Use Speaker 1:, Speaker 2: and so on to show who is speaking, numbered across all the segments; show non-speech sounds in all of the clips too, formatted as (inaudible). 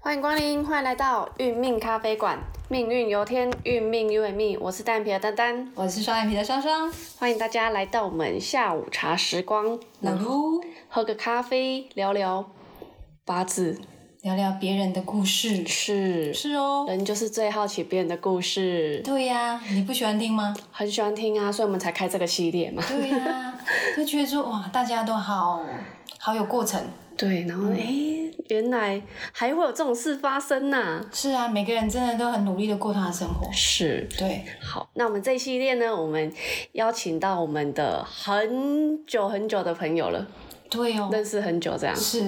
Speaker 1: 欢迎光临，欢迎来到运命咖啡馆，命运由天，运命由命。我是单眼皮的丹丹，
Speaker 2: 我是双眼皮的双双，
Speaker 1: 欢迎大家来到我们下午茶时光，
Speaker 2: 老卢
Speaker 1: 喝个咖啡，聊聊八字。
Speaker 2: 聊聊别人的故事，
Speaker 1: 是，
Speaker 2: 是哦，
Speaker 1: 人就是最好奇别人的故事，
Speaker 2: 对呀、你不喜欢听吗？
Speaker 1: 很喜欢听啊，所以我们才开这个系列嘛。
Speaker 2: (laughs) 对呀、就觉得说哇，大家都好好有过程。
Speaker 1: 对，然后诶，嗯原来还会有这种事发生呐、
Speaker 2: 是啊，每个人真的都很努力的过他的生活。
Speaker 1: 是，
Speaker 2: 对，
Speaker 1: 好，那我们这一系列呢，我们邀请到我们的很久很久的朋友了，
Speaker 2: 对哦，
Speaker 1: 认识很久这样。
Speaker 2: 是，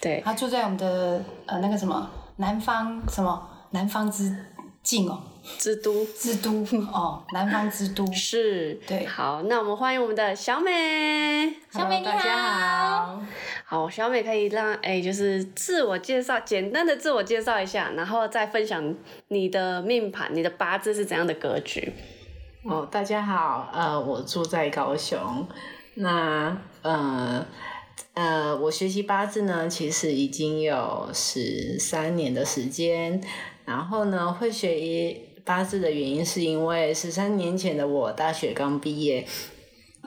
Speaker 1: 对，
Speaker 2: 他住在我们的呃那个什么南方什么南方之境哦，
Speaker 1: 之都
Speaker 2: 之都哦，南方之都。
Speaker 1: 是，
Speaker 2: 对
Speaker 1: 好，那我们欢迎我们的小美。
Speaker 2: 小美
Speaker 3: Hello，
Speaker 2: 你
Speaker 3: 大家好，
Speaker 1: 好，小美可以让哎、就是自我介绍，简单的自我介绍一下，然后再分享你的命盘、你的八字是怎样的格局。
Speaker 2: 嗯
Speaker 3: 哦，大家好，呃，我住在高雄，那呃呃，我学习八字呢，其实已经有十三年的时间，然后呢，会学一八字的原因是因为十三年前的我大学刚毕业。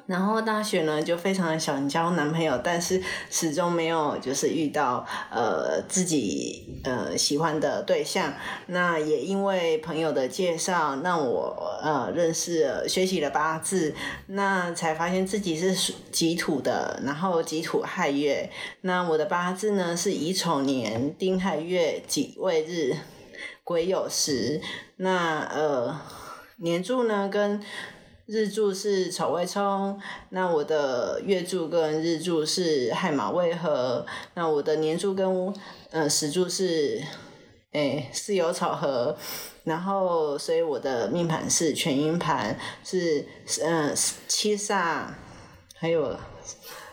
Speaker 3: 然后大学呢，就非常的想交男朋友，但是始终没有就是遇到呃自己呃喜欢的对象。那也因为朋友的介绍，让我呃认识了学习了八字，那才发现自己是属己土的，然后己土亥月。那我的八字呢是乙丑年丁亥月己未日癸酉时。那呃年柱呢跟日柱是丑未冲，那我的月柱跟日柱是亥马未合，那我的年柱跟呃时柱是诶巳酉丑合，然后所以我的命盘是全阴盘，是嗯七煞，还有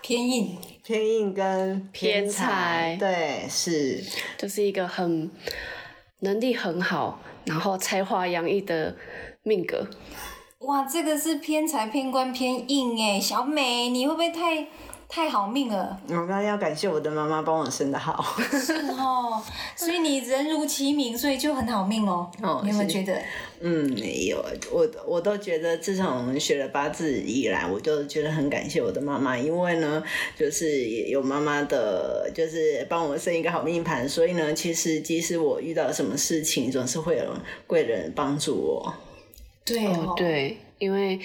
Speaker 2: 偏硬，
Speaker 3: 偏印跟
Speaker 1: 偏财
Speaker 3: 对，是
Speaker 1: 就是一个很能力很好，然后才华洋溢的命格。
Speaker 2: 哇，这个是偏财、偏官、偏硬哎，小美，你会不会太太好命了？
Speaker 3: 我刚刚要感谢我的妈妈帮我生的好，
Speaker 2: 哦，所以你人如其名，所以就很好命哦。
Speaker 3: 哦
Speaker 2: 你有没有
Speaker 3: 是
Speaker 2: 觉得？
Speaker 3: 嗯，有我我都觉得，自从我们学了八字以来，我就觉得很感谢我的妈妈，因为呢，就是有妈妈的，就是帮我生一个好命盘，所以呢，其实即使我遇到什么事情，总是会有贵人帮助我。
Speaker 2: 对哦，
Speaker 1: 对，因为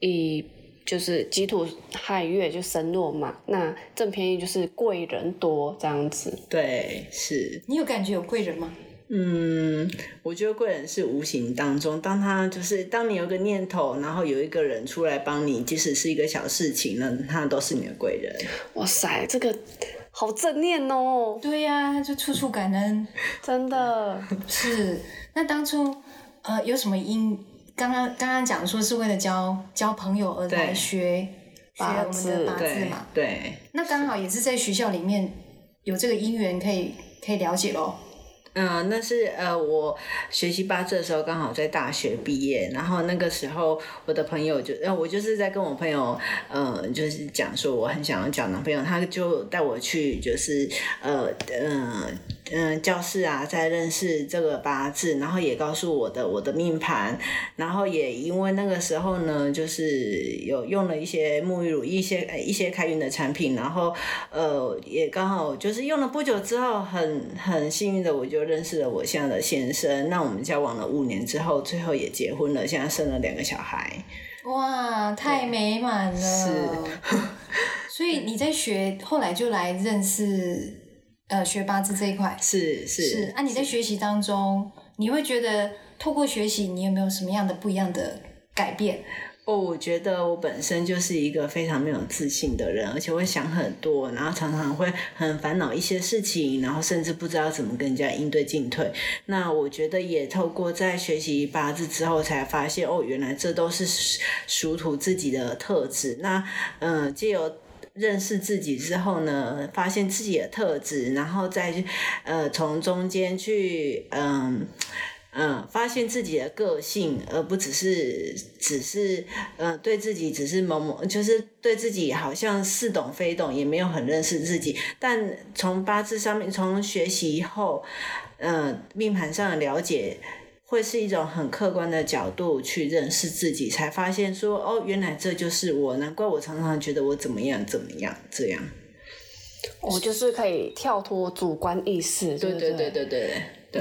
Speaker 1: 以就是己土亥月就身弱嘛，那正偏印就是贵人多这样子。
Speaker 3: 对，是。
Speaker 2: 你有感觉有贵人吗？
Speaker 3: 嗯，我觉得贵人是无形当中，当他就是当你有一个念头，然后有一个人出来帮你，即使是一个小事情呢，那他都是你的贵人。
Speaker 1: 哇塞，这个好正念哦，
Speaker 2: 对呀、就处处感恩。
Speaker 1: 真
Speaker 3: (laughs)
Speaker 1: 的。
Speaker 2: 是，那当初呃有什么因？刚刚刚刚讲说是为了交交朋友而来
Speaker 3: 对
Speaker 2: 学学
Speaker 1: 八
Speaker 2: 我们的
Speaker 1: 字
Speaker 2: 八字
Speaker 3: 对
Speaker 2: 嘛？
Speaker 3: 对，
Speaker 2: 那刚好也是在学校里面有这个因缘，可以可以了解咯。
Speaker 3: 嗯，那是呃，我学习八字的时候刚好在大学毕业，然后那个时候我的朋友就，呃，我就是在跟我朋友，呃，就是讲说我很想要交男朋友，他就带我去就是呃呃嗯教室啊，在认识这个八字，然后也告诉我的我的命盘，然后也因为那个时候呢，就是有用了一些沐浴乳、一些呃一些开运的产品，然后呃也刚好就是用了不久之后，很很幸运的我就认识了我现在的先生。那我们交往了五年之后，最后也结婚了，现在生了两个小孩。
Speaker 2: 哇，太美满了！
Speaker 3: 是
Speaker 2: 所以你在学，后来就来认识呃学八字这一块。
Speaker 3: 是是
Speaker 2: 是，啊，你在学习当中，你会觉得透过学习，你有没有什么样的不一样的改变？
Speaker 3: 哦，我觉得我本身就是一个非常没有自信的人，而且会想很多，然后常常会很烦恼一些事情，然后甚至不知道怎么跟人家应对进退。那我觉得也透过在学习八字之后，才发现哦，原来这都是属属土自己的特质。那嗯，呃借、由认识自己之后呢，发现自己的特质，然后再去呃从中间去嗯。呃嗯，发现自己的个性，而不只是只是嗯对自己只是某某，就是对自己好像似懂非懂，也没有很认识自己。但从八字上面，从学习后，嗯，命盘上的了解。会是一种很客观的角度去认识自己，才发现说哦，原来这就是我，难怪我常常觉得我怎么样怎么样这样。
Speaker 1: 我就是可以跳脱主观意识，
Speaker 3: 对
Speaker 1: 不
Speaker 3: 对对对对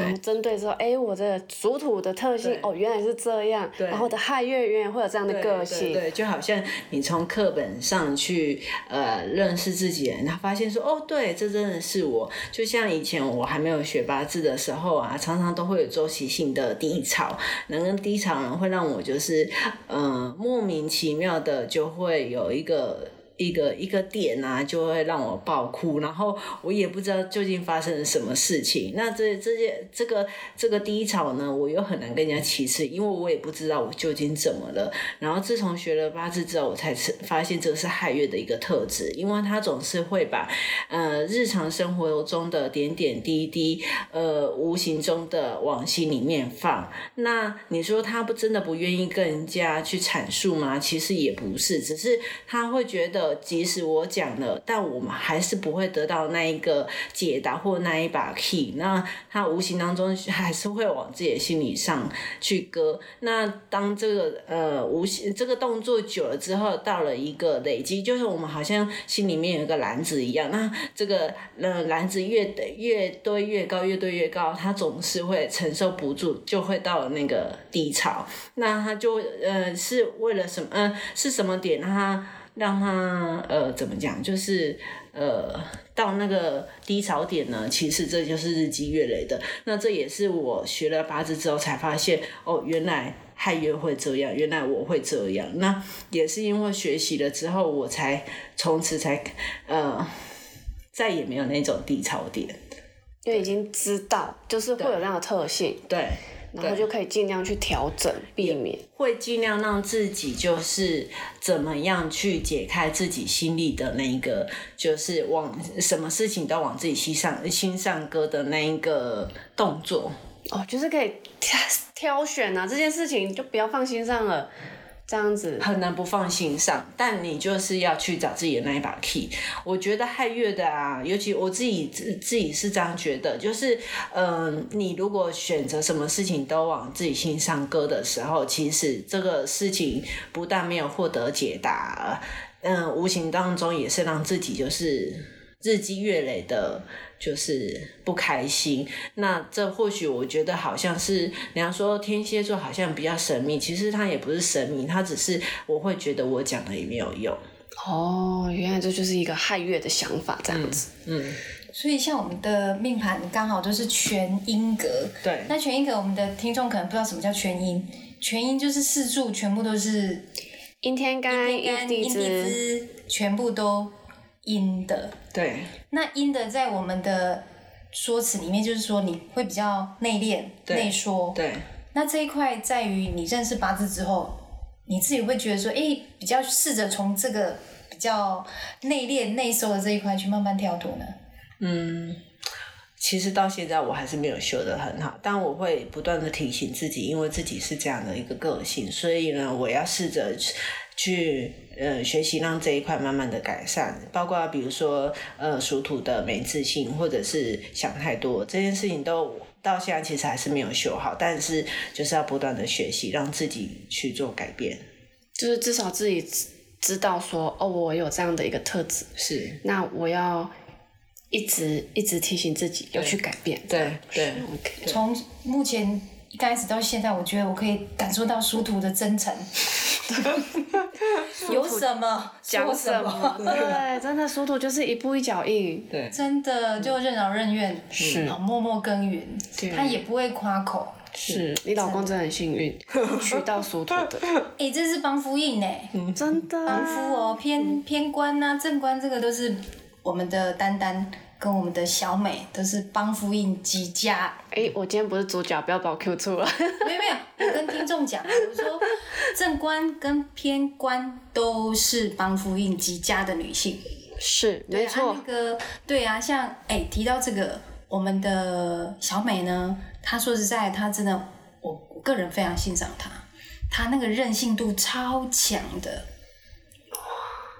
Speaker 1: 然后
Speaker 3: 对
Speaker 1: 针对说，哎，我的属土的特性
Speaker 3: 对，
Speaker 1: 哦，原来是这样，
Speaker 3: 对
Speaker 1: 然后我的亥月原来会有这样的
Speaker 3: 对，
Speaker 1: 个性，
Speaker 3: 对对，就好像你从课本上去呃认识自己，然后发现说哦，对，这真的是我。就像以前我还没有学八字的时候啊，常常都会有周期性的低潮，那个低潮呢会让我就是嗯、呃莫名其妙的就会有一个。一个一个点啊，就会让我爆哭，然后我也不知道究竟发生了什么事情。那这这些这个这个低潮呢，我又很难跟人家启齿，因为我也不知道我究竟怎么了。然后自从学了八字之后，我才是发现这是亥月的一个特质，因为它总是会把呃日常生活中的点点滴滴，呃无形中的往心里面放。那你说他不真的不愿意跟人家去阐述吗？其实也不是，只是他会觉得，即使我讲了，但我们还是不会得到那一个解答或那一把 key。那他无形当中还是会往自己的心理上去割。那当这个呃无形这个动作久了之后，到了一个累积，就是我们好像心里面有一个篮子一样，那这个呃篮子越越堆越高，越堆越高，它总是会承受不住，就会到了那个低潮。那它就呃是为了什么？呃是什么点让它让它呃怎么讲？就是呃到那个低潮点呢？其实这就是日积月累的。那这也是我学了八字之后才发现，哦，原来亥月会这样，原来我会这样。那也是因为学习了之后，我才从此才呃，再也没有那种低潮点。
Speaker 1: 因为已经知道就是会有那样的特性，
Speaker 3: 对，
Speaker 1: 然后就可以尽量去调整，避免。
Speaker 3: 会尽量让自己就是怎么样去解开自己心里的那一个，就是往什么事情都往自己心上心上搁的那一个动作。
Speaker 1: 哦，就是可以 (laughs) 挑挑选啊，这件事情就不要放心上了，这样子。
Speaker 3: 很难不放心上，但你就是要去找自己的那一把 key。我觉得亥月的啊，尤其我自己自自己是这样觉得，就是嗯、你如果选择什么事情都往自己心上搁的时候，其实这个事情不但没有获得解答，嗯、无形当中也是让自己就是。日积月累的，就是不开心。那这或许我觉得好像是，你要说天蝎座好像比较神秘，其实它也不是神秘，它只是我会觉得我讲了也没有用。
Speaker 1: 哦，原来这就是一个亥月的想法，这样子。
Speaker 3: 嗯，
Speaker 2: 所以像我们的命盘刚好都是全阴格，
Speaker 3: 对
Speaker 2: 那全阴格我们的听众可能不知道什么叫全阴，全阴就是四柱全部都是
Speaker 1: 阴天干、
Speaker 2: 阴
Speaker 1: 哎地
Speaker 2: 地
Speaker 1: 支，
Speaker 2: 支全部都阴的。
Speaker 3: 对
Speaker 2: 那阴的在我们的说辞里面，就是说你会比较内敛、
Speaker 3: 对
Speaker 2: 内缩。
Speaker 3: 对
Speaker 2: 那这一块在于你认识八字之后，你自己会觉得说，哎、比较试着从这个比较内敛、内收的这一块去慢慢跳脱呢。
Speaker 3: 嗯，其实到现在我还是没有修得很好，但我会不断的提醒自己，因为自己是这样的一个个性，所以呢，我要试着去去呃学习让这一块慢慢的改善，包括比如说呃属土的没自信，或者是想太多这件事情都。到现在其实还是没有修好，但是就是要不断的学习，让自己去做改变。
Speaker 1: 就是至少自己知知道说，哦，我有这样的一个特质，
Speaker 3: 是，
Speaker 1: 那我要一直一直提醒自己要去改变。
Speaker 3: 对对，
Speaker 1: OK，
Speaker 2: 从目前一开始到现在，我觉得我可以感受到殊途的
Speaker 1: (laughs)
Speaker 2: 真诚。有什么
Speaker 1: 讲
Speaker 2: 说
Speaker 1: 什么？对，真的殊途就是一步一脚印。
Speaker 3: 对
Speaker 2: 真的就任劳任怨，
Speaker 1: 嗯是
Speaker 2: 啊默默耕耘
Speaker 1: 对，
Speaker 2: 他也不会夸口。
Speaker 1: 是嗯你老公真的很幸运，娶到殊途 (laughs) 的，
Speaker 2: 哎、这是帮夫印呢、
Speaker 1: 真的啊
Speaker 2: 帮夫哦，偏偏官呐、正官这个都是我们的丹丹跟我们的小美都是帮夫印极佳。
Speaker 1: 哎，我今天不是主角，不要把我 Q 出来。
Speaker 2: (laughs) 没有没有，我跟听众讲啊，我说正官跟偏官都是帮夫印极佳的女性。
Speaker 1: 是，
Speaker 2: 对
Speaker 1: 没
Speaker 2: 啊
Speaker 1: 错
Speaker 2: 那，个对啊，像哎、提到这个，我们的小美呢，她说实在，她真的个人非常欣赏他，他那个韧性度超强的，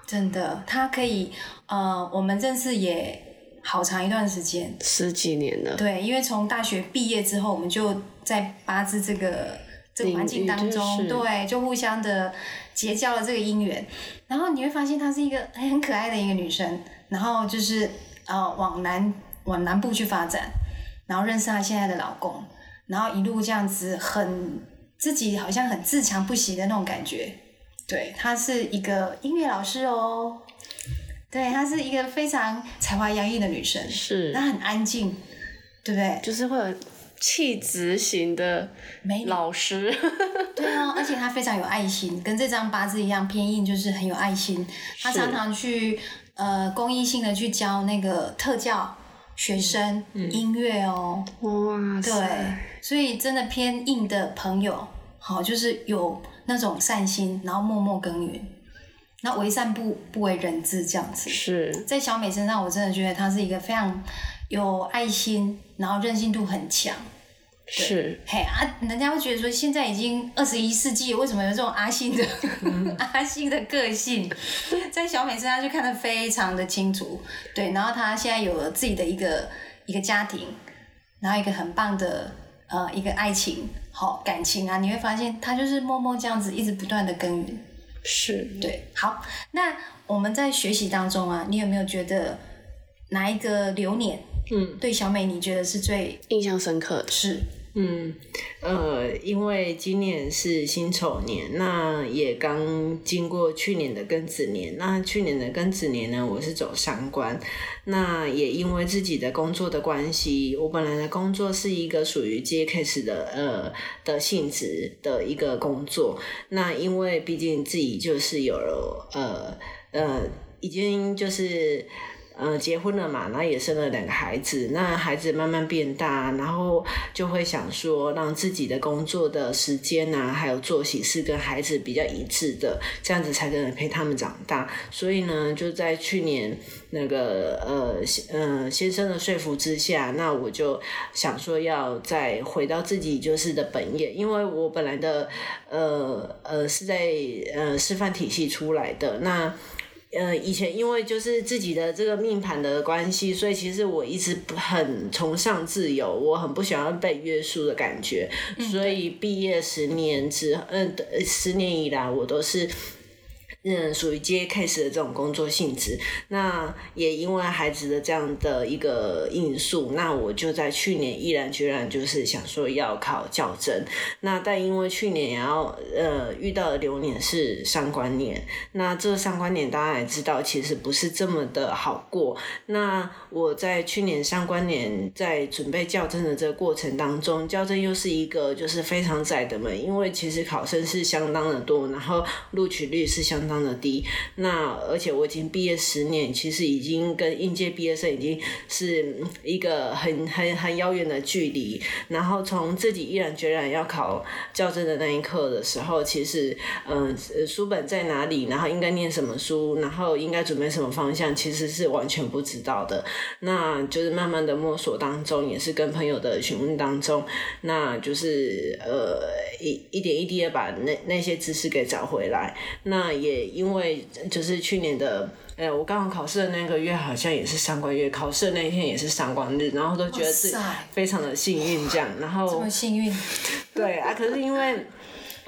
Speaker 2: 真的，他可以，呃，我们认识也好长一段时间，
Speaker 1: 十几年了，
Speaker 2: 对，因为从大学毕业之后，我们就在八字这个这个环
Speaker 1: 领
Speaker 2: 境
Speaker 1: 域
Speaker 2: 当
Speaker 1: 就
Speaker 2: 中，
Speaker 1: 是
Speaker 2: 对，就互相的结交了这个姻缘。然后你会发现她是一个很很可爱的一个女生，然后就是呃往南往南部去发展，然后认识她现在的老公，然后一路这样子很自己好像很自强不息的那种感觉。对，她是一个音乐老师哦。对，她是一个非常才华洋溢的女生，
Speaker 1: 是
Speaker 2: 她很安静，对不对？
Speaker 1: 就是会有气质型的
Speaker 2: 美女
Speaker 1: 老师，
Speaker 2: 对啊，而且他非常有爱心，跟这张八字一样，偏硬就是很有爱心。他
Speaker 1: 是
Speaker 2: 常常去呃公益性的去教那个特教学生、
Speaker 1: 嗯
Speaker 2: 音乐哦，
Speaker 1: (laughs) 哇
Speaker 2: 对，
Speaker 1: 塞，
Speaker 2: 所以真的偏硬的朋友，好就是有那种善心，然后默默耕耘，那为善不不为人知这样子。
Speaker 1: 是
Speaker 2: 在小美身上，我真的觉得她是一个非常有爱心，然后韧性度很强，
Speaker 1: 是，
Speaker 2: 嘿啊，人家会觉得说现在已经二十一世纪，为什么有这种阿信的、
Speaker 3: 嗯
Speaker 2: (laughs) 阿信的个性？在小美身上就看得非常的清楚，对，然后她现在有了自己的一个一个家庭，然后一个很棒的呃一个爱情，好、感情啊，你会发现她就是默默这样子一直不断的耕耘，
Speaker 1: 是
Speaker 2: 对，好，那我们在学习当中啊，你有没有觉得哪一个流年
Speaker 3: 嗯
Speaker 2: 对小美你觉得是最
Speaker 1: 印象深刻的，
Speaker 2: 是
Speaker 3: 嗯，呃，因为今年是辛丑年，那也刚经过去年的庚子年。那去年的庚子年呢，我是走三关。那也因为自己的工作的关系，我本来的工作是一个属于接 case 的呃的性质的一个工作。那因为毕竟自己就是有了呃呃，已经就是呃结婚了嘛，然后也生了两个孩子，那孩子慢慢变大，然后就会想说让自己的工作的时间啊，还有作息是跟孩子比较一致的，这样子才能陪他们长大。所以呢，就在去年那个呃先呃先生的说服之下，那我就想说要再回到自己就是的本业，因为我本来的呃呃是在呃师范体系出来的那。呃，以前因为就是自己的这个命盘的关系，所以其实我一直不很崇尚自由，我很不喜欢被约束的感觉，所以毕业十年之嗯、呃十年以来，我都是嗯，属于接 case 的这种工作性质。 (laughs) 那也因为孩子的这样的一个因素，那我就在去年毅然决然就是想说要考教甄。那但因为去年也要呃遇到的流年是上官年，那这上官年大家也知道，其实不是这么的好过。那我在去年上官年在准备校正的这个过程当中，校正又是一个就是非常窄的门，因为其实考生是相当的多，然后录取率是相当的低。那而且我已经毕业十年，其实已经跟应届毕业生已经是嗯一个很很很遥远的距离。然后从自己毅然决然要考校正的那一刻的时候，其实嗯、呃书本在哪里，然后应该念什么书，然后应该准备什么方向，其实是完全不知道的。那就是慢慢的摸索当中，也是跟朋友的询问当中，那就是呃一一点一滴的把那那些知识给找回来。那也因为就是去年的。呃，我刚好考试的那个月好像也是上官月，考试的那一天也是上官日，然后都觉得自己
Speaker 2: 哇塞
Speaker 3: 非常的幸运这样，然后
Speaker 2: 这么幸运？
Speaker 3: 对啊，可是因为。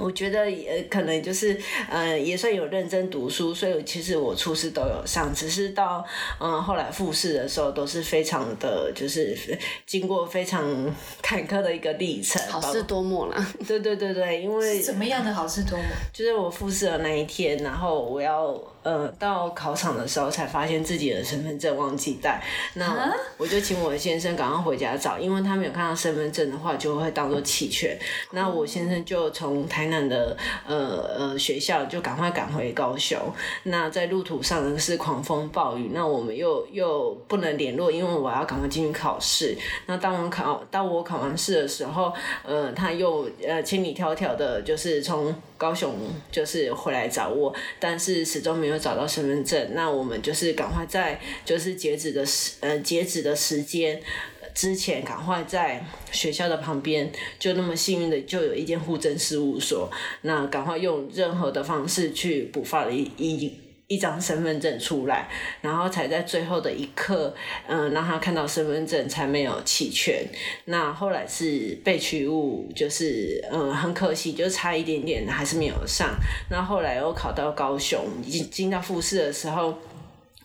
Speaker 3: 我觉得呃，可能就是呃，也算有认真读书，所以其实我初试都有上，只是到嗯、呃后来复试的时候都是非常的，就是经过非常坎坷的一个历程。
Speaker 1: 好事多磨啦，
Speaker 3: 对对对对，因为
Speaker 2: 怎么样的好事多磨？
Speaker 3: 就是我复试的那一天，然后我要呃到考场的时候才发现自己的身份证忘记带，那我就请我先生赶快回家找，因为他没有看到身份证的话，就会当做弃权。那我先生就从台南的呃呃学校就赶快赶回高雄，那在路途上是狂风暴雨，那我们又又不能联络，因为我要赶快进去考试。那当我考当我考完试的时候，呃，他又呃千里迢迢的，就是从高雄就是回来找我，但是始终没有找到身份证。那我们就是赶快在就是截止的时呃截止的时间。之前赶快在学校的旁边，就那么幸运的就有一间户政事务所，那赶快用任何的方式去补发了一一一张身份证出来，然后才在最后的一刻，嗯，让他看到身份证才没有弃权。那后来是被取物，就是嗯，很可惜，就差一点点还是没有上。那后来又考到高雄，已经进到复试的时候。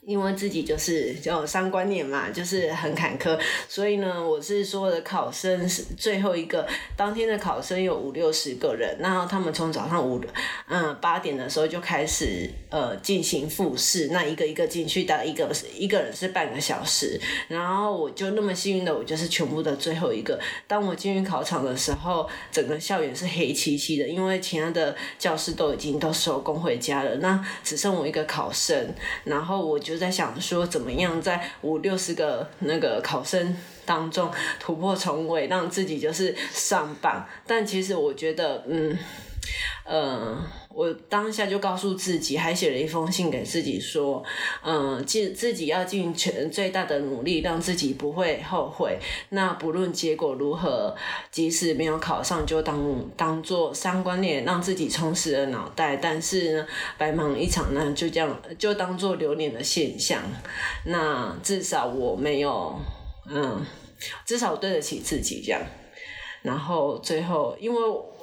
Speaker 3: 因为自己就是叫三观念嘛，就是很坎坷，所以呢，我是所有的考生是最后一个，当天的考生有五六十个人，然后他们从早上五嗯八点的时候就开始呃进行复试，那一个一个进去，大概一个一个人是半个小时，然后我就那么幸运的，我就是全部的最后一个。当我进入考场的时候，整个校园是黑漆漆的，因为其他的教室都已经都收工回家了，那只剩我一个考生，然后我就。就在想说，怎么样在五六十个那个考生当中突破重围，让自己就是上榜。但其实我觉得，嗯，呃，我当下就告诉自己，还写了一封信给自己说，嗯、呃，尽自己要尽全最大的努力，让自己不会后悔。那不论结果如何，即使没有考上，就当当做三观念，让自己充实了脑袋。但是呢，白忙一场呢，就这样就当做流年的现象。那至少我没有，嗯，至少我对得起自己这样。然后最后，因为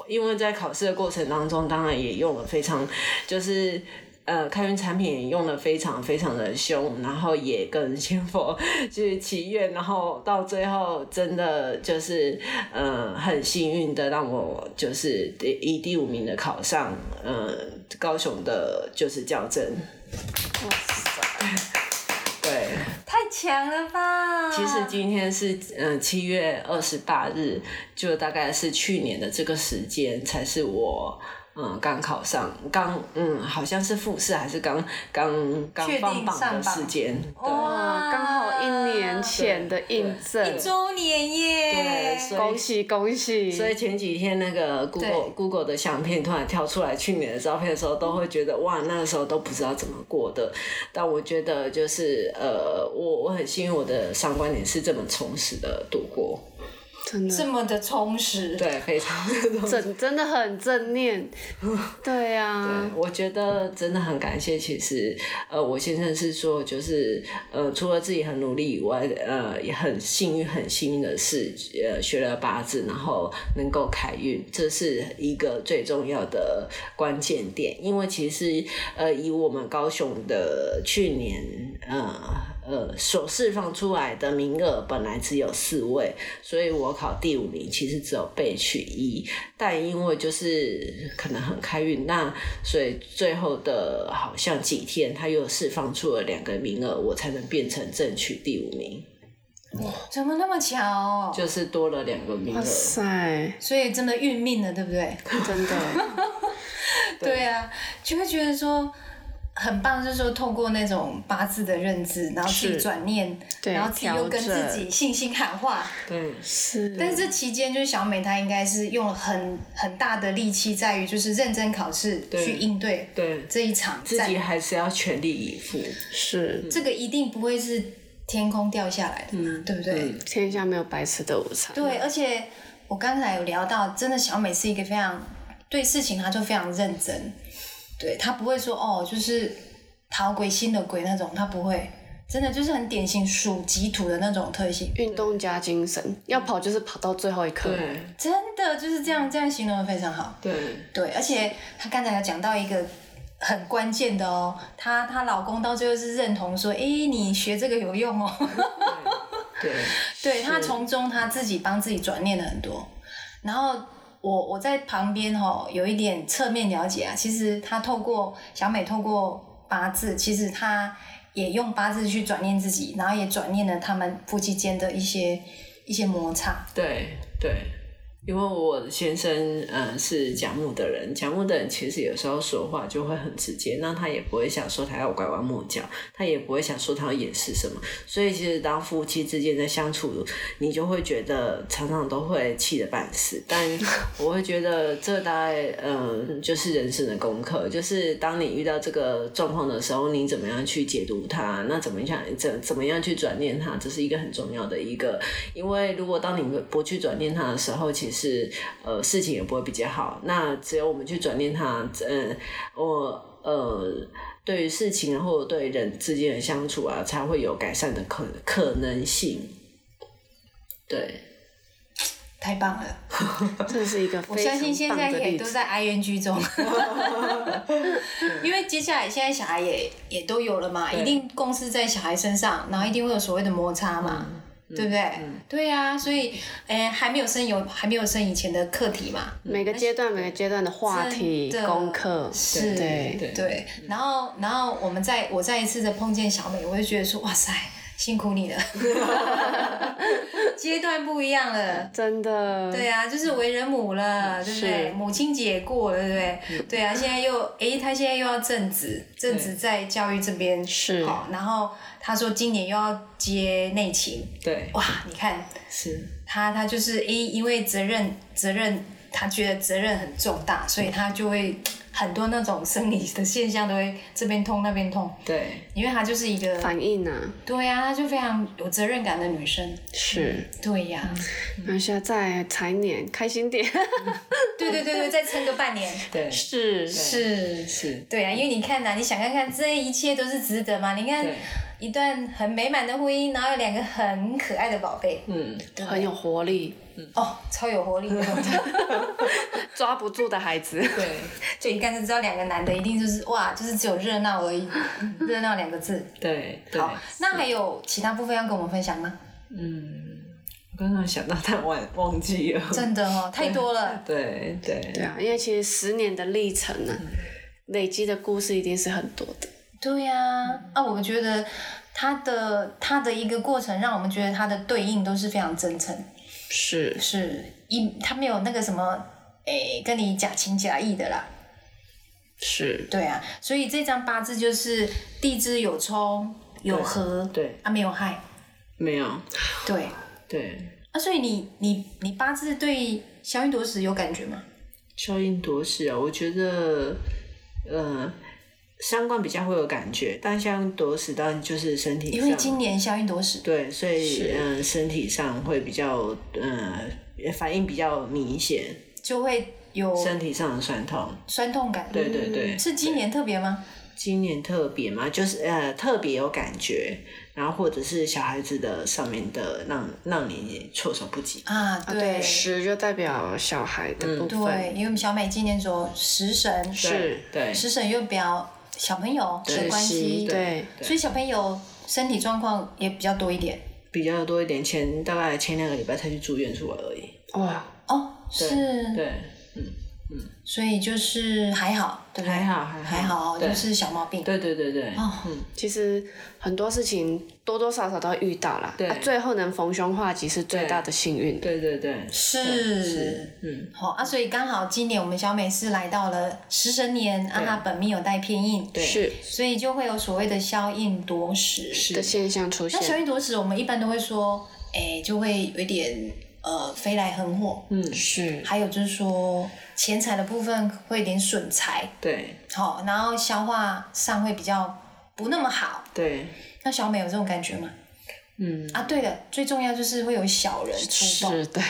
Speaker 3: 因为在考试的过程当中，当然也用了非常，就是呃，开源产品也用的非常非常的凶，然后也跟先佛 (laughs) 去祈愿，然后到最后真的就是呃，很幸运的让我就是以第五名的考上呃高雄的，就是校正。
Speaker 1: 哇塞，
Speaker 3: 对，
Speaker 2: 太强了吧！
Speaker 3: 其实今天是嗯七月二十八日，就大概是去年的这个时间才是我嗯刚考上，刚嗯好像是复试还是刚刚刚
Speaker 2: 确定
Speaker 3: 放榜
Speaker 2: 上
Speaker 3: 的
Speaker 2: 榜哦
Speaker 3: 时间，对
Speaker 1: 哇，刚好一年前的印证
Speaker 2: 一，周年耶！
Speaker 3: 对，所
Speaker 1: 恭
Speaker 3: 以。
Speaker 1: 喜恭喜！
Speaker 3: 所以前几天那个 Google
Speaker 2: 对
Speaker 3: Google 的相片突然跳出来去年的照片的时候，都会觉得哇，那个时候都不知道怎么过的。但我觉得就是呃，我我很幸运，我的三观点是这么充实的度过。
Speaker 1: 真
Speaker 2: 这
Speaker 1: 的
Speaker 2: 么的充实，
Speaker 3: 对，非常 (laughs)
Speaker 1: 正真的很正念，对啊，
Speaker 3: 我觉得真的很感谢。其实，呃，我先生是说，就是呃，除了自己很努力以外，呃，也很幸运，很幸运的是，呃，学了八字，然后能够开运，这是一个最重要的关键点。因为其实，呃，以我们高雄的去年，呃。呃，所释放出来的名额本来只有四位，所以我考第五名，其实只有被取一，但因为就是可能很开运，那所以最后的好像几天，他又释放出了两个名额，我才能变成正取第五名，
Speaker 2: 怎么那么巧？哦
Speaker 3: 就是多了两个名
Speaker 1: 哇
Speaker 3: 额。
Speaker 1: 塞，
Speaker 2: 所以真的运命了，对不对？
Speaker 1: 真的，
Speaker 2: 对啊，就会觉得说很棒，就是说透过那种八字的认知，然后去
Speaker 1: 是
Speaker 2: 转念，
Speaker 1: 对
Speaker 2: 然后自己又跟
Speaker 1: 调整
Speaker 2: 自己信心喊话。
Speaker 3: 对，
Speaker 1: (laughs) 是，
Speaker 2: 但是这期间，就是小美她应该是用了很很大的力气，在于就是认真考试
Speaker 3: 对
Speaker 2: 去应对
Speaker 3: 对
Speaker 2: 这一场
Speaker 3: 自
Speaker 2: 战，
Speaker 3: 己还是要全力以赴。
Speaker 1: 是
Speaker 2: 这个一定不会是天空掉下来的嘛，嗯对不
Speaker 3: 嗯
Speaker 2: 对？
Speaker 1: 天下没有白吃的午餐，
Speaker 2: 对，而且我刚才有聊到，真的小美是一个非常对事情，她就非常认真，对她不会说哦，就是逃鬼心的鬼那种，她不会，真的就是很典型属己土的那种特性，
Speaker 1: 运动加精神，要跑就是跑到最后一刻，
Speaker 3: 对
Speaker 2: 真的就是这样，这样形容的非常好。
Speaker 3: 对
Speaker 2: 对，而且她刚才有讲到一个。很关键的哦，她她老公到最后是认同说，诶，你学这个有用哦，
Speaker 3: 对
Speaker 2: (laughs) 对他从中他自己帮自己转念了很多，然后我我在旁边哈、有一点侧面了解啊，其实他透过小美透过八字，其实他也用八字去转念自己，然后也转念了他们夫妻间的一些一些摩擦，
Speaker 3: 对对因为我先生呃是讲木的人，讲木的人其实有时候说话就会很直接，那他也不会想说他要拐弯抹角，他也不会想说他要掩饰什么，所以其实当夫妻之间在相处，你就会觉得常常都会气得半死。但我会觉得这大概呃就是人生的功课，就是当你遇到这个状况的时候，你怎么样去解读它，那怎么样怎怎么样去转念它，这是一个很重要的一个，因为如果当你不去转念它的时候，其实呃事情也不会比较好。那只有我们去转念它，嗯、呃，我呃。对于事情啊，或者对人之间的相处啊，才会有改善的可可能性。对，
Speaker 2: 太棒了！
Speaker 1: 这是一个
Speaker 2: 我
Speaker 1: 非常
Speaker 2: 相信现在
Speaker 1: 棒的
Speaker 2: 也
Speaker 1: 例
Speaker 2: 都
Speaker 1: 子。
Speaker 2: 在
Speaker 1: (laughs)
Speaker 2: ing 中，因为接下来现在小孩也也都有了嘛，
Speaker 3: 对
Speaker 2: 一定共识在小孩身上，然后一定会有所谓的摩擦嘛，
Speaker 1: 嗯
Speaker 2: 对不对？对呀、所以，哎、还没有生有还没有生以前的课题嘛，
Speaker 1: 每个阶段每个阶段的嗯话题
Speaker 2: 嗯真的
Speaker 1: 功课，
Speaker 2: 是，
Speaker 1: 对嗯
Speaker 3: 对
Speaker 2: 对。然后，然后我们再我再一次的碰见小美，我就觉得说，哇塞，辛苦你
Speaker 1: (laughs)
Speaker 2: 了，阶段不一样了，
Speaker 1: 真的。
Speaker 2: 对啊，就是为人母了，对不对？
Speaker 1: 嗯是嗯
Speaker 2: 母亲节过了，对不对？对啊，现在又诶，他现在又要正职，正职在教育这边
Speaker 1: 是
Speaker 2: 好，然后他说今年又要接内勤，
Speaker 3: 对，
Speaker 2: 哇，你看
Speaker 3: 是，
Speaker 2: 他他就是诶，因为责任责任，他觉得责任很重大，所以他就会很多那种生理的现象都会这边痛那边痛，
Speaker 3: 对，
Speaker 2: 因为他就是一个
Speaker 1: 反应啊，
Speaker 2: 对啊，她就非常有责任感的女生，
Speaker 1: 是。
Speaker 2: 对呀、
Speaker 1: 嗯
Speaker 2: 嗯
Speaker 1: 那现在财年开心点，
Speaker 2: 对对对对，再撑个半年。
Speaker 3: 对，
Speaker 1: 是
Speaker 2: (laughs) 是
Speaker 3: 是，
Speaker 2: 对啊，因为你看呐、你想看看这一切都是值得嘛？你看
Speaker 3: 对
Speaker 2: 一段很美满的婚姻，然后有两个很可爱的宝贝，
Speaker 3: 嗯，
Speaker 2: (laughs)
Speaker 1: 很有活力，
Speaker 2: 哦，超有活力的。 (laughs)
Speaker 1: 抓不住的孩子。 (laughs)
Speaker 3: 对，
Speaker 2: 就一看就知道两个男的一定就是哇，就是只有热闹而已，热闹两个字。
Speaker 3: 对，对，
Speaker 2: 好，那还有其他部分要跟我们分享吗？
Speaker 3: 嗯我刚刚想到，但忘忘记了，
Speaker 2: 真的哦，太多了。
Speaker 3: (laughs) 对对
Speaker 1: 对啊，因为其实十年的历程
Speaker 2: 嗯
Speaker 1: 呢、累积的故事一定是很多的。
Speaker 2: 对呀、啊，我觉得他的他的一个过程，让我们觉得他的对应都是非常真诚。
Speaker 1: 是
Speaker 2: 是一，他没有那个什么，诶、跟你假情假意的啦。
Speaker 1: 是，
Speaker 2: 对啊，所以这张八字就是地支有冲有合，
Speaker 3: 对，
Speaker 2: 啊没有害，
Speaker 3: 没有，
Speaker 2: 对
Speaker 3: 对，
Speaker 2: 啊，所以你你你八字对小云夺食有感觉吗？
Speaker 3: 消音夺食啊，我觉得，呃，相关比较会有感觉，但像夺食当然就是身体
Speaker 2: 因为
Speaker 3: 上，
Speaker 2: 今年小云夺食，
Speaker 3: 对，所以
Speaker 1: 是
Speaker 3: 嗯、呃身体上会比较，嗯、呃，反应比较明显，
Speaker 2: 就会有
Speaker 3: 身体上的酸痛，
Speaker 2: 酸痛感。
Speaker 3: 对对对，
Speaker 2: 是今年特别吗？
Speaker 3: 今年特别嘛，就是呃特别有感觉，然后或者是小孩子的上面的让让你措手不及。
Speaker 2: 啊，
Speaker 1: 啊对，十就代表小孩的部
Speaker 2: 对
Speaker 1: 分，，
Speaker 2: 因为小美今年走食神，
Speaker 1: 是
Speaker 3: 对
Speaker 2: 食神又表小朋友的
Speaker 3: 对
Speaker 2: 关系，
Speaker 1: 对
Speaker 2: 所以小朋友身体状况也比较多一点。
Speaker 3: 比较多一点，前大概前两个礼拜才去住院出来而已。
Speaker 1: 哇，
Speaker 2: 哦，是，
Speaker 3: 对，
Speaker 2: 所以就是还好，对不对？
Speaker 3: 还好还好
Speaker 2: 还好，
Speaker 3: 嗯对
Speaker 2: 就是小毛病。
Speaker 3: 对对对对，
Speaker 2: 哦
Speaker 3: 嗯，
Speaker 1: 其实很多事情多多少少都会遇到啦，
Speaker 3: 对
Speaker 1: 啊最后能逢凶化吉是最大的幸运。
Speaker 3: 对对对，对
Speaker 2: 是，
Speaker 3: 嗯，
Speaker 2: 好、啊，所以刚好今年我们小美是来到了食神年，啊，
Speaker 3: 对
Speaker 2: 她本命有带偏印，
Speaker 3: 对
Speaker 1: 是
Speaker 2: 所以就会有所谓的消印夺食。
Speaker 1: 的现象出
Speaker 2: 那消
Speaker 1: 现，
Speaker 2: 印夺食，我们一般都会说，哎，就会有一点呃飞来横祸，
Speaker 3: 嗯，
Speaker 1: 是
Speaker 2: 还有就是说钱财的部分会有点损财，
Speaker 3: 对
Speaker 2: 好、然后消化上会比较不那么好。
Speaker 3: 对，
Speaker 2: 那小美有这种感觉吗？
Speaker 3: 嗯，
Speaker 2: 啊，对了，最重要就是会有小人出动，
Speaker 1: 是，对，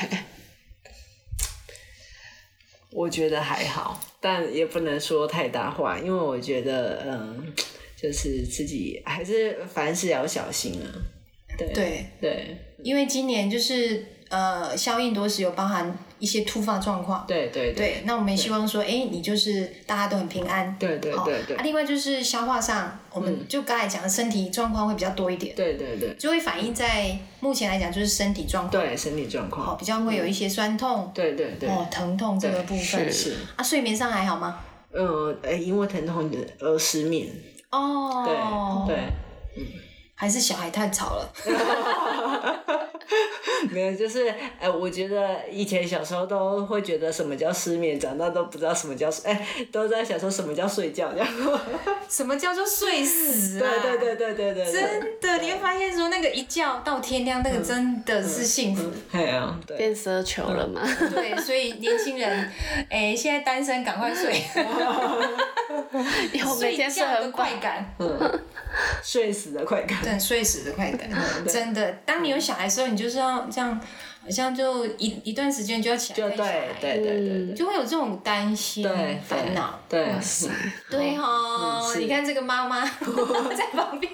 Speaker 3: 我觉得还好，但也不能说太大话，因为我觉得，嗯，就是自己还是凡事要小心啊。对
Speaker 2: 对，
Speaker 3: 对
Speaker 2: 因为今年就是呃，效应多时有包含一些突发状况，
Speaker 3: 对对
Speaker 2: 对，那我们也希望说，哎，你就是大家都很平安，
Speaker 3: 对对
Speaker 2: 好
Speaker 3: 对对
Speaker 2: 啊，另外就是消化上，我们就刚才讲的身体状况会比较多一点，
Speaker 3: 对对对
Speaker 2: 就会反映在目前来讲就是身体状况，
Speaker 3: 对，身体状
Speaker 2: 好，
Speaker 3: 况，
Speaker 2: 比较会有一些酸痛
Speaker 3: 对对对，
Speaker 2: 哦疼痛这个部分
Speaker 1: 对是
Speaker 3: 是，
Speaker 2: 啊，睡眠上还好吗？
Speaker 3: 呃，哎因为疼痛而失眠，
Speaker 2: 哦，
Speaker 3: 对对
Speaker 2: 还是小孩太吵了？
Speaker 3: (laughs) 没有，就是呃，我觉得以前小时候都会觉得什么叫失眠，长大都不知道什么叫睡，哎、都在想说什么叫睡觉这样。
Speaker 2: (laughs) 什么叫做睡死、啊？
Speaker 3: 对对对对对对，对。
Speaker 2: 真的，你会发现说那个一觉到天亮，那个真的是幸福。
Speaker 3: 哎呀，对，
Speaker 1: 变奢求了嘛？
Speaker 3: 嗯
Speaker 1: (laughs)
Speaker 2: 对，所以年轻人，哎、现在单身赶快
Speaker 3: (laughs)
Speaker 2: 睡，
Speaker 3: 哦
Speaker 1: 有每
Speaker 2: 睡
Speaker 1: 天睡
Speaker 2: 觉的
Speaker 1: 很饱
Speaker 2: 快感，
Speaker 3: 嗯，睡死的快感。
Speaker 2: 对，睡死的快感，
Speaker 3: 嗯对
Speaker 2: 真的。当你有小孩的时候，你就是要这样，好像就一一段时间就要起来
Speaker 3: 就
Speaker 2: 带
Speaker 3: 对
Speaker 2: 小孩，
Speaker 3: 对对对对
Speaker 2: 就会有这种担心、
Speaker 3: 对，
Speaker 2: 烦恼。
Speaker 3: 对，
Speaker 1: 哇塞，
Speaker 2: 对哦，
Speaker 3: 嗯是嗯
Speaker 2: 你看这个妈
Speaker 3: (laughs)
Speaker 2: 妈在旁边，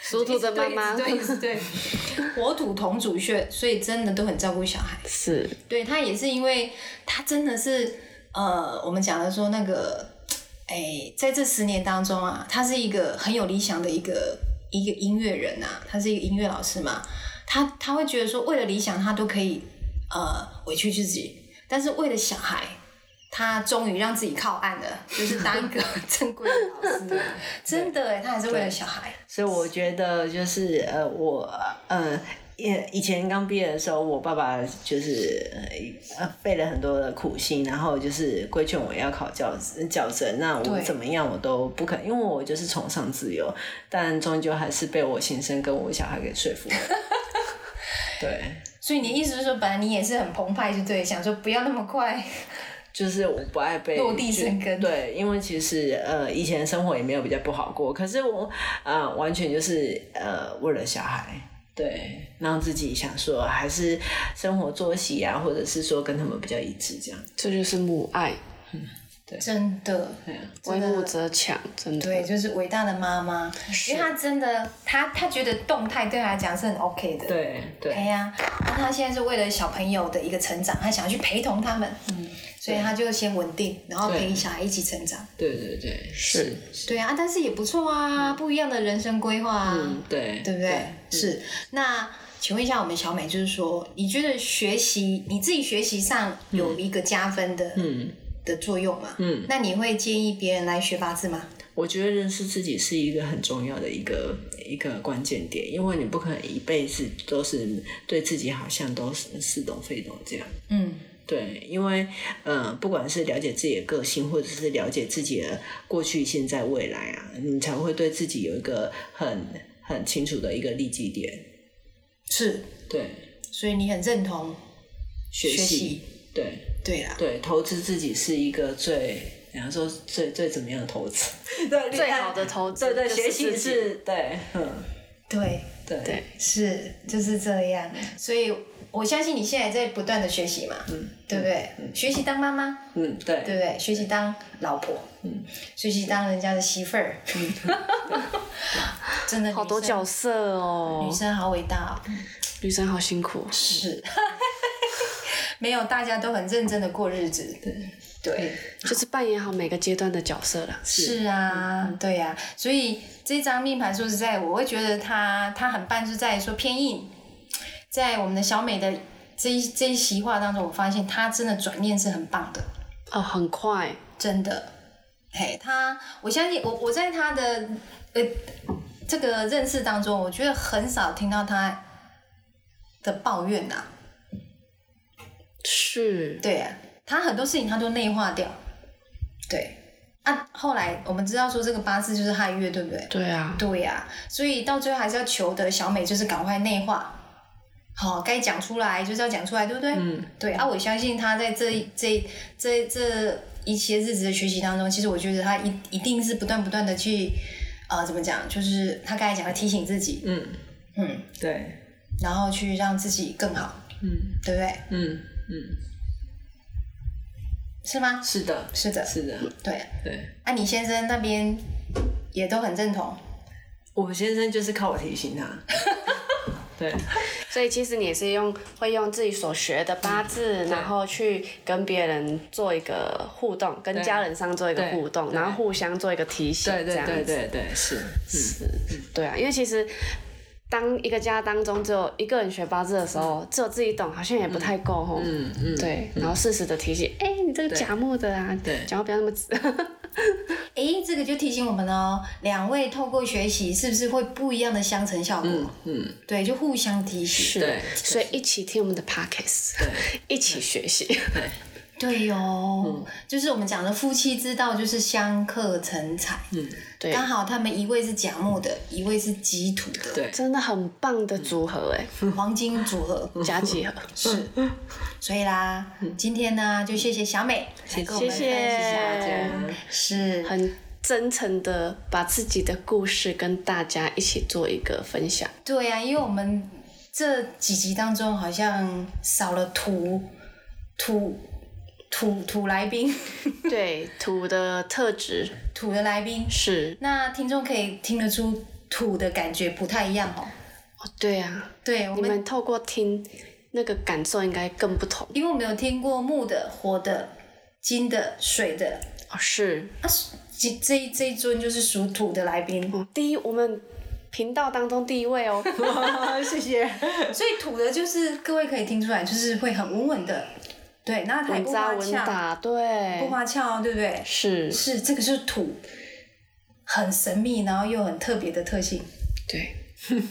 Speaker 1: 属土的妈妈
Speaker 2: 对
Speaker 3: (laughs)
Speaker 2: 对，火土同主穴，所以真的都很照顾小孩。
Speaker 1: 是
Speaker 2: 对他也是因为他真的是呃，我们讲的说那个，哎，在这十年当中啊，他是一个很有理想的一个一个音乐人啊，他是一个音乐老师嘛，他他会觉得说，为了理想，他都可以呃委屈自己，但是为了小孩。他终于让自己靠岸了，就是当 (laughs) 一个正规的老师， (laughs) 真的哎，他还是为了小孩，
Speaker 3: 所以我觉得就是呃，我呃。以以前刚毕业的时候，我爸爸就是呃费了很多的苦心，然后就是规劝我要考教教证。那我
Speaker 2: 对
Speaker 3: 怎么样我都不肯，因为我就是崇尚自由，但终究还是被我先生跟我小孩给说服了。对，
Speaker 2: 所以你的意思是说，本来你也是很澎湃，就对，想说不要那么快，
Speaker 3: 就是我不爱被
Speaker 2: 落地生根
Speaker 3: 对，因为其实呃以前生活也没有比较不好过，可是我呃完全就是呃为了小孩，对，让自己想说还是生活作息啊，或者是说跟他们比较一致这样。
Speaker 1: 这就是母爱，
Speaker 2: 真的，
Speaker 3: 对啊，
Speaker 1: 为母则强，真的。
Speaker 2: 对，就是伟大的妈妈，因为她真的，她她觉得动态对她来讲是很 OK 的。。
Speaker 3: 对
Speaker 2: 哎
Speaker 3: 对
Speaker 2: 呀，那她现在是为了小朋友的一个成长，她想要去陪同他们，嗯，所以她就先稳定，然后
Speaker 3: 对
Speaker 2: 陪小孩一起成长。
Speaker 3: 对对对，
Speaker 1: 是
Speaker 2: 对啊，但是也不错啊，不一样的人生规划啊，
Speaker 3: 嗯对嗯
Speaker 2: 对不对？是。那请问一下我们小美，就是说，你觉得学习你自己学习上有一个加分的，
Speaker 3: 嗯，
Speaker 2: 的作用吗？
Speaker 3: 嗯，
Speaker 2: 那你会建议别人来学八字吗？
Speaker 3: 我觉得认识自己是一个很重要的一个一个关键点，因为你不可能一辈子都是对自己好像都是似懂非懂这样。
Speaker 2: 嗯，
Speaker 3: 对，因为呃，不管是了解自己的个性，或者是了解自己的过去、现在、未来啊，你才会对自己有一个很很清楚的一个利基点。
Speaker 2: 是。
Speaker 3: 对，
Speaker 2: 所以你很认同
Speaker 3: 学习，
Speaker 2: 学习
Speaker 3: 对
Speaker 2: 对啦，
Speaker 3: 对，投资自己是一个最，比方说最最怎么样的投资？ (laughs) 对，
Speaker 1: 最好的投资
Speaker 3: 对对，
Speaker 1: 就是
Speaker 3: 学习
Speaker 1: 自己
Speaker 3: 是，对，嗯，
Speaker 2: 对，
Speaker 3: 对
Speaker 1: 对
Speaker 2: 是就是这样。所以我相信你现在在不断的学习嘛，嗯，对不对？学习当妈妈，
Speaker 3: 嗯对
Speaker 2: 对不对？学习当老婆，嗯，学习当人家的媳妇儿， (laughs) 真的
Speaker 1: 好多
Speaker 2: 女生
Speaker 1: 角色哦
Speaker 2: 女，生好伟大哦，
Speaker 1: 女生好辛苦。哦
Speaker 2: 是。 (laughs) 没有，大家都很认真的过日子。对对，
Speaker 1: 就是扮演好每个阶段的角色啦。
Speaker 2: 是啊，对呀、所以这张命盘说实在，我会觉得它它很棒，是在于说偏硬，在我们的小美的这一这一席话当中，我发现她真的转念是很棒的，
Speaker 1: 哦，很快，
Speaker 2: 真的。嘿，她我相信我我在她的呃这个认识当中，我觉得很少听到她的抱怨呐、
Speaker 1: 是
Speaker 2: 对啊，他很多事情他都内化掉。对啊，后来我们知道说这个八字就是亥月，对不对？
Speaker 1: 对啊，
Speaker 2: 对呀、所以到最后还是要求得小美就是赶快内化，好、该讲出来就是要讲出来，对不对？嗯，对啊，我相信她在这一这一这一这一些日子的学习当中，其实我觉得她一一定是不断不断的去，呃，怎么讲，就是她刚才讲的提醒自己，
Speaker 3: 嗯
Speaker 2: 嗯，
Speaker 3: 对，
Speaker 2: 然后去让自己更好，
Speaker 3: 嗯
Speaker 2: 对不对？
Speaker 3: 嗯嗯，
Speaker 2: 是吗？
Speaker 3: 是的，
Speaker 2: 是的，
Speaker 3: 是的，
Speaker 2: 对。
Speaker 3: 对。
Speaker 2: 啊，你先生那边也都很认同，
Speaker 3: 我先生就是靠我提醒 (laughs) 他，对
Speaker 1: 所以其实你也是用会用自己所学的八字，然后去跟别人做一个互动，跟家人上做一个
Speaker 3: 对
Speaker 1: 互动，
Speaker 3: 对
Speaker 1: 然后互相做一个提醒，
Speaker 3: 对
Speaker 1: 这
Speaker 3: 对
Speaker 1: 样子。
Speaker 3: 对对对，是是，
Speaker 1: 对啊，因为其实当一个家当中只有一个人学八字的时候，只有自己懂，好像也不太够吼。
Speaker 3: 嗯嗯，
Speaker 1: 对，然后适时的提醒，哎、你这个甲木的啊，
Speaker 3: 对
Speaker 1: (laughs) 讲话不要那么直，
Speaker 2: 诶，这个就提醒我们哦，两位透过学习是不是会不一样的相乘效果？
Speaker 3: 嗯嗯，
Speaker 2: 对，就互相提醒。
Speaker 3: 对
Speaker 1: 所以一起听我们的 podcast，一起学习。
Speaker 2: 对哦，
Speaker 1: 嗯
Speaker 2: 就是我们讲的夫妻之道，就是相克成才。嗯，
Speaker 1: (laughs) 对
Speaker 2: 刚好他们一位是甲木的，一位是己土的，
Speaker 3: 对
Speaker 1: 真的很棒的组合
Speaker 3: (laughs)
Speaker 1: 哎，
Speaker 2: 黄金组合。
Speaker 1: 加几何，
Speaker 2: 是，所以啦，今天呢，就谢谢小美来跟我们
Speaker 1: 嗯谢
Speaker 2: 分享
Speaker 1: 谢
Speaker 2: 一下，是
Speaker 1: 很真诚的把自己的故事跟大家一起做一个分享。
Speaker 2: 对啊呀、因为我们这几集当中好像少了土土土土来宾， (laughs)
Speaker 1: 对土的特质
Speaker 2: 土的来宾，
Speaker 1: 是，
Speaker 2: 那听众可以听得出土的感觉不太一样哦。
Speaker 1: 哦对啊，
Speaker 2: 对，我
Speaker 1: 你
Speaker 2: 们
Speaker 1: 们透过听那个感受应该更不同
Speaker 2: 因为我们有听过木的、火的、金的、水的，
Speaker 1: 哦。是，
Speaker 2: 啊，这这一这一尊就是属土的来宾，
Speaker 1: 哦第一我们频道当中第一位
Speaker 2: (laughs)
Speaker 1: 哦。
Speaker 3: (laughs) 谢谢。
Speaker 2: 所以土的就是各位可以听出来，就是会很稳稳的，对，那它也
Speaker 1: 稳
Speaker 2: 不
Speaker 1: 扎
Speaker 2: 花
Speaker 1: 稳
Speaker 2: 俏，
Speaker 1: 打，对
Speaker 2: 不，花俏，对不对？
Speaker 1: 是，
Speaker 2: 是这个就是土，很神秘，然后又很特别的特性。
Speaker 1: 对，
Speaker 2: (laughs)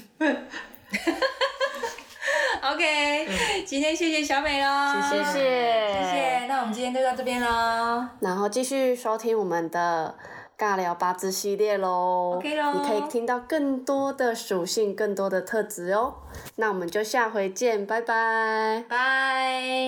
Speaker 2: OK，、今天嗯谢谢小美喽，
Speaker 1: 谢谢，谢
Speaker 2: 谢谢，那我们今天就到这边喽。
Speaker 1: 然后继续收听我们的尬聊八字系列喽。
Speaker 2: OK 咯
Speaker 1: 你可以听到更多的属性、更多的特质哦。那我们就下回见，拜拜。
Speaker 2: 拜。